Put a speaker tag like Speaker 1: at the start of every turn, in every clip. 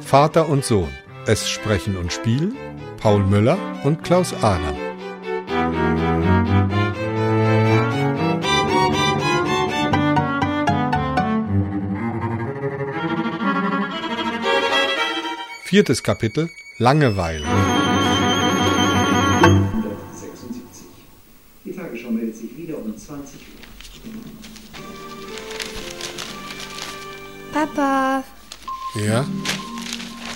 Speaker 1: Vater und Sohn. Es sprechen und spielen Paul Müller und Klaus Adam. Viertes Kapitel Langeweile.
Speaker 2: 176. Die Tagesschau meldet sich wieder um 20 Uhr.
Speaker 3: Papa,
Speaker 1: Ja?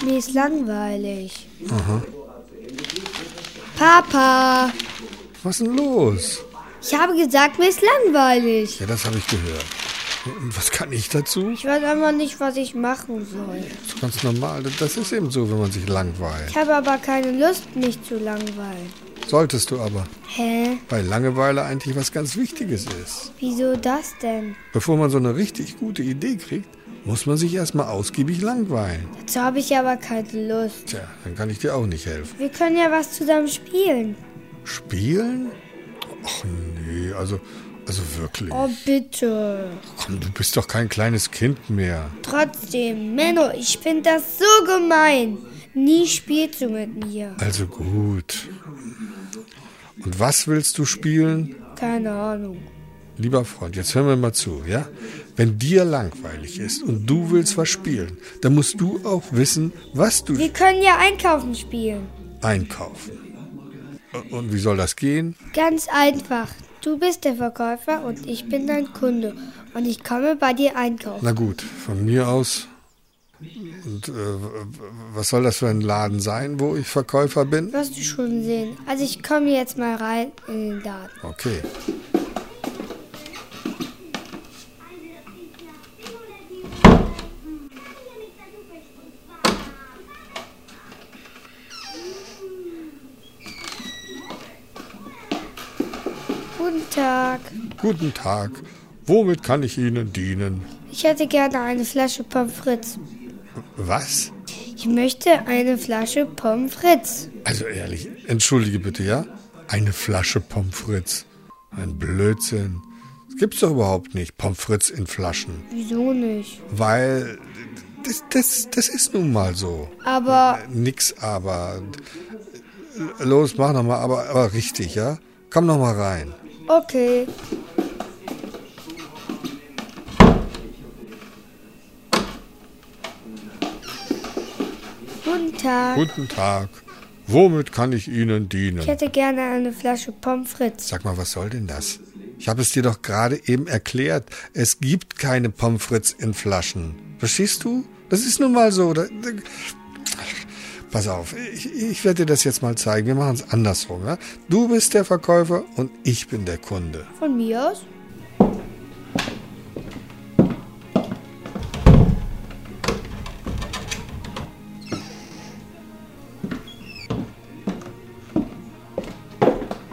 Speaker 3: mir ist langweilig. Papa,
Speaker 1: Was ist denn los?
Speaker 3: ich habe gesagt, mir ist langweilig.
Speaker 1: Ja, das habe ich gehört. Und was kann ich dazu?
Speaker 3: Ich weiß einfach nicht, was ich machen soll.
Speaker 1: Das ist ganz normal. Das ist eben so, wenn man sich langweilt.
Speaker 3: Ich habe aber keine Lust, mich zu langweilen.
Speaker 1: Solltest du aber,
Speaker 3: Hä?
Speaker 1: weil Langeweile eigentlich was ganz Wichtiges ist.
Speaker 3: Wieso das denn?
Speaker 1: Bevor man so eine richtig gute Idee kriegt, muss man sich erstmal ausgiebig langweilen.
Speaker 3: Dazu habe ich aber keine Lust.
Speaker 1: Tja, dann kann ich dir auch nicht helfen.
Speaker 3: Wir können ja was zusammen spielen.
Speaker 1: Spielen? Ach nee, also, also wirklich.
Speaker 3: Oh, bitte.
Speaker 1: Komm, du bist doch kein kleines Kind mehr.
Speaker 3: Trotzdem, Menno, ich finde das so gemein. Nie spielst du mit mir.
Speaker 1: Also gut. Und was willst du spielen?
Speaker 3: Keine Ahnung.
Speaker 1: Lieber Freund, jetzt hören wir mal zu, ja? Wenn dir langweilig ist und du willst was spielen, dann musst du auch wissen, was du
Speaker 3: Wir können ja einkaufen spielen.
Speaker 1: einkaufen. Und wie soll das gehen?
Speaker 3: Ganz einfach. Du bist der Verkäufer und ich bin dein Kunde. Und ich komme bei dir einkaufen.
Speaker 1: Na gut, von mir aus. Und äh, was soll das für ein Laden sein, wo ich Verkäufer bin?
Speaker 3: Wirst du schon sehen. Also ich komme jetzt mal rein in den Laden.
Speaker 1: Okay.
Speaker 3: Guten Tag.
Speaker 1: Guten Tag. Womit kann ich Ihnen dienen?
Speaker 3: Ich hätte gerne eine Flasche Pommes frites.
Speaker 1: Was?
Speaker 3: Ich möchte eine Flasche Pommes frites.
Speaker 1: Also ehrlich, entschuldige bitte, ja? Eine Flasche Pommes frites. Ein Blödsinn. Das gibt's doch überhaupt nicht, Pommes frites in Flaschen.
Speaker 3: Wieso nicht?
Speaker 1: Weil das, das, das ist nun mal so.
Speaker 3: Aber
Speaker 1: Nix aber. Los, mach nochmal, aber, aber richtig, ja? Komm nochmal rein.
Speaker 3: okay. Guten Tag.
Speaker 1: Guten Tag. Womit kann ich Ihnen dienen?
Speaker 3: Ich hätte gerne eine Flasche Pommes frites.
Speaker 1: Sag mal, was soll denn das? Ich habe es dir doch gerade eben erklärt. Es gibt keine Pommes frites in Flaschen. Verstehst du? Das ist nun mal so. Da, da, pass auf, ich, ich werde dir das jetzt mal zeigen. Wir machen es andersrum. Ja? Du bist der Verkäufer und ich bin der Kunde.
Speaker 3: Von mir aus?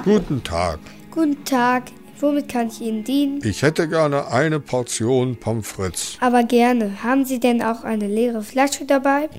Speaker 1: Guten Tag.
Speaker 3: Guten Tag. Womit kann ich Ihnen dienen?
Speaker 1: Ich hätte gerne eine Portion Pommes frites.
Speaker 3: Aber gerne. Haben Sie denn auch eine leere Flasche dabei?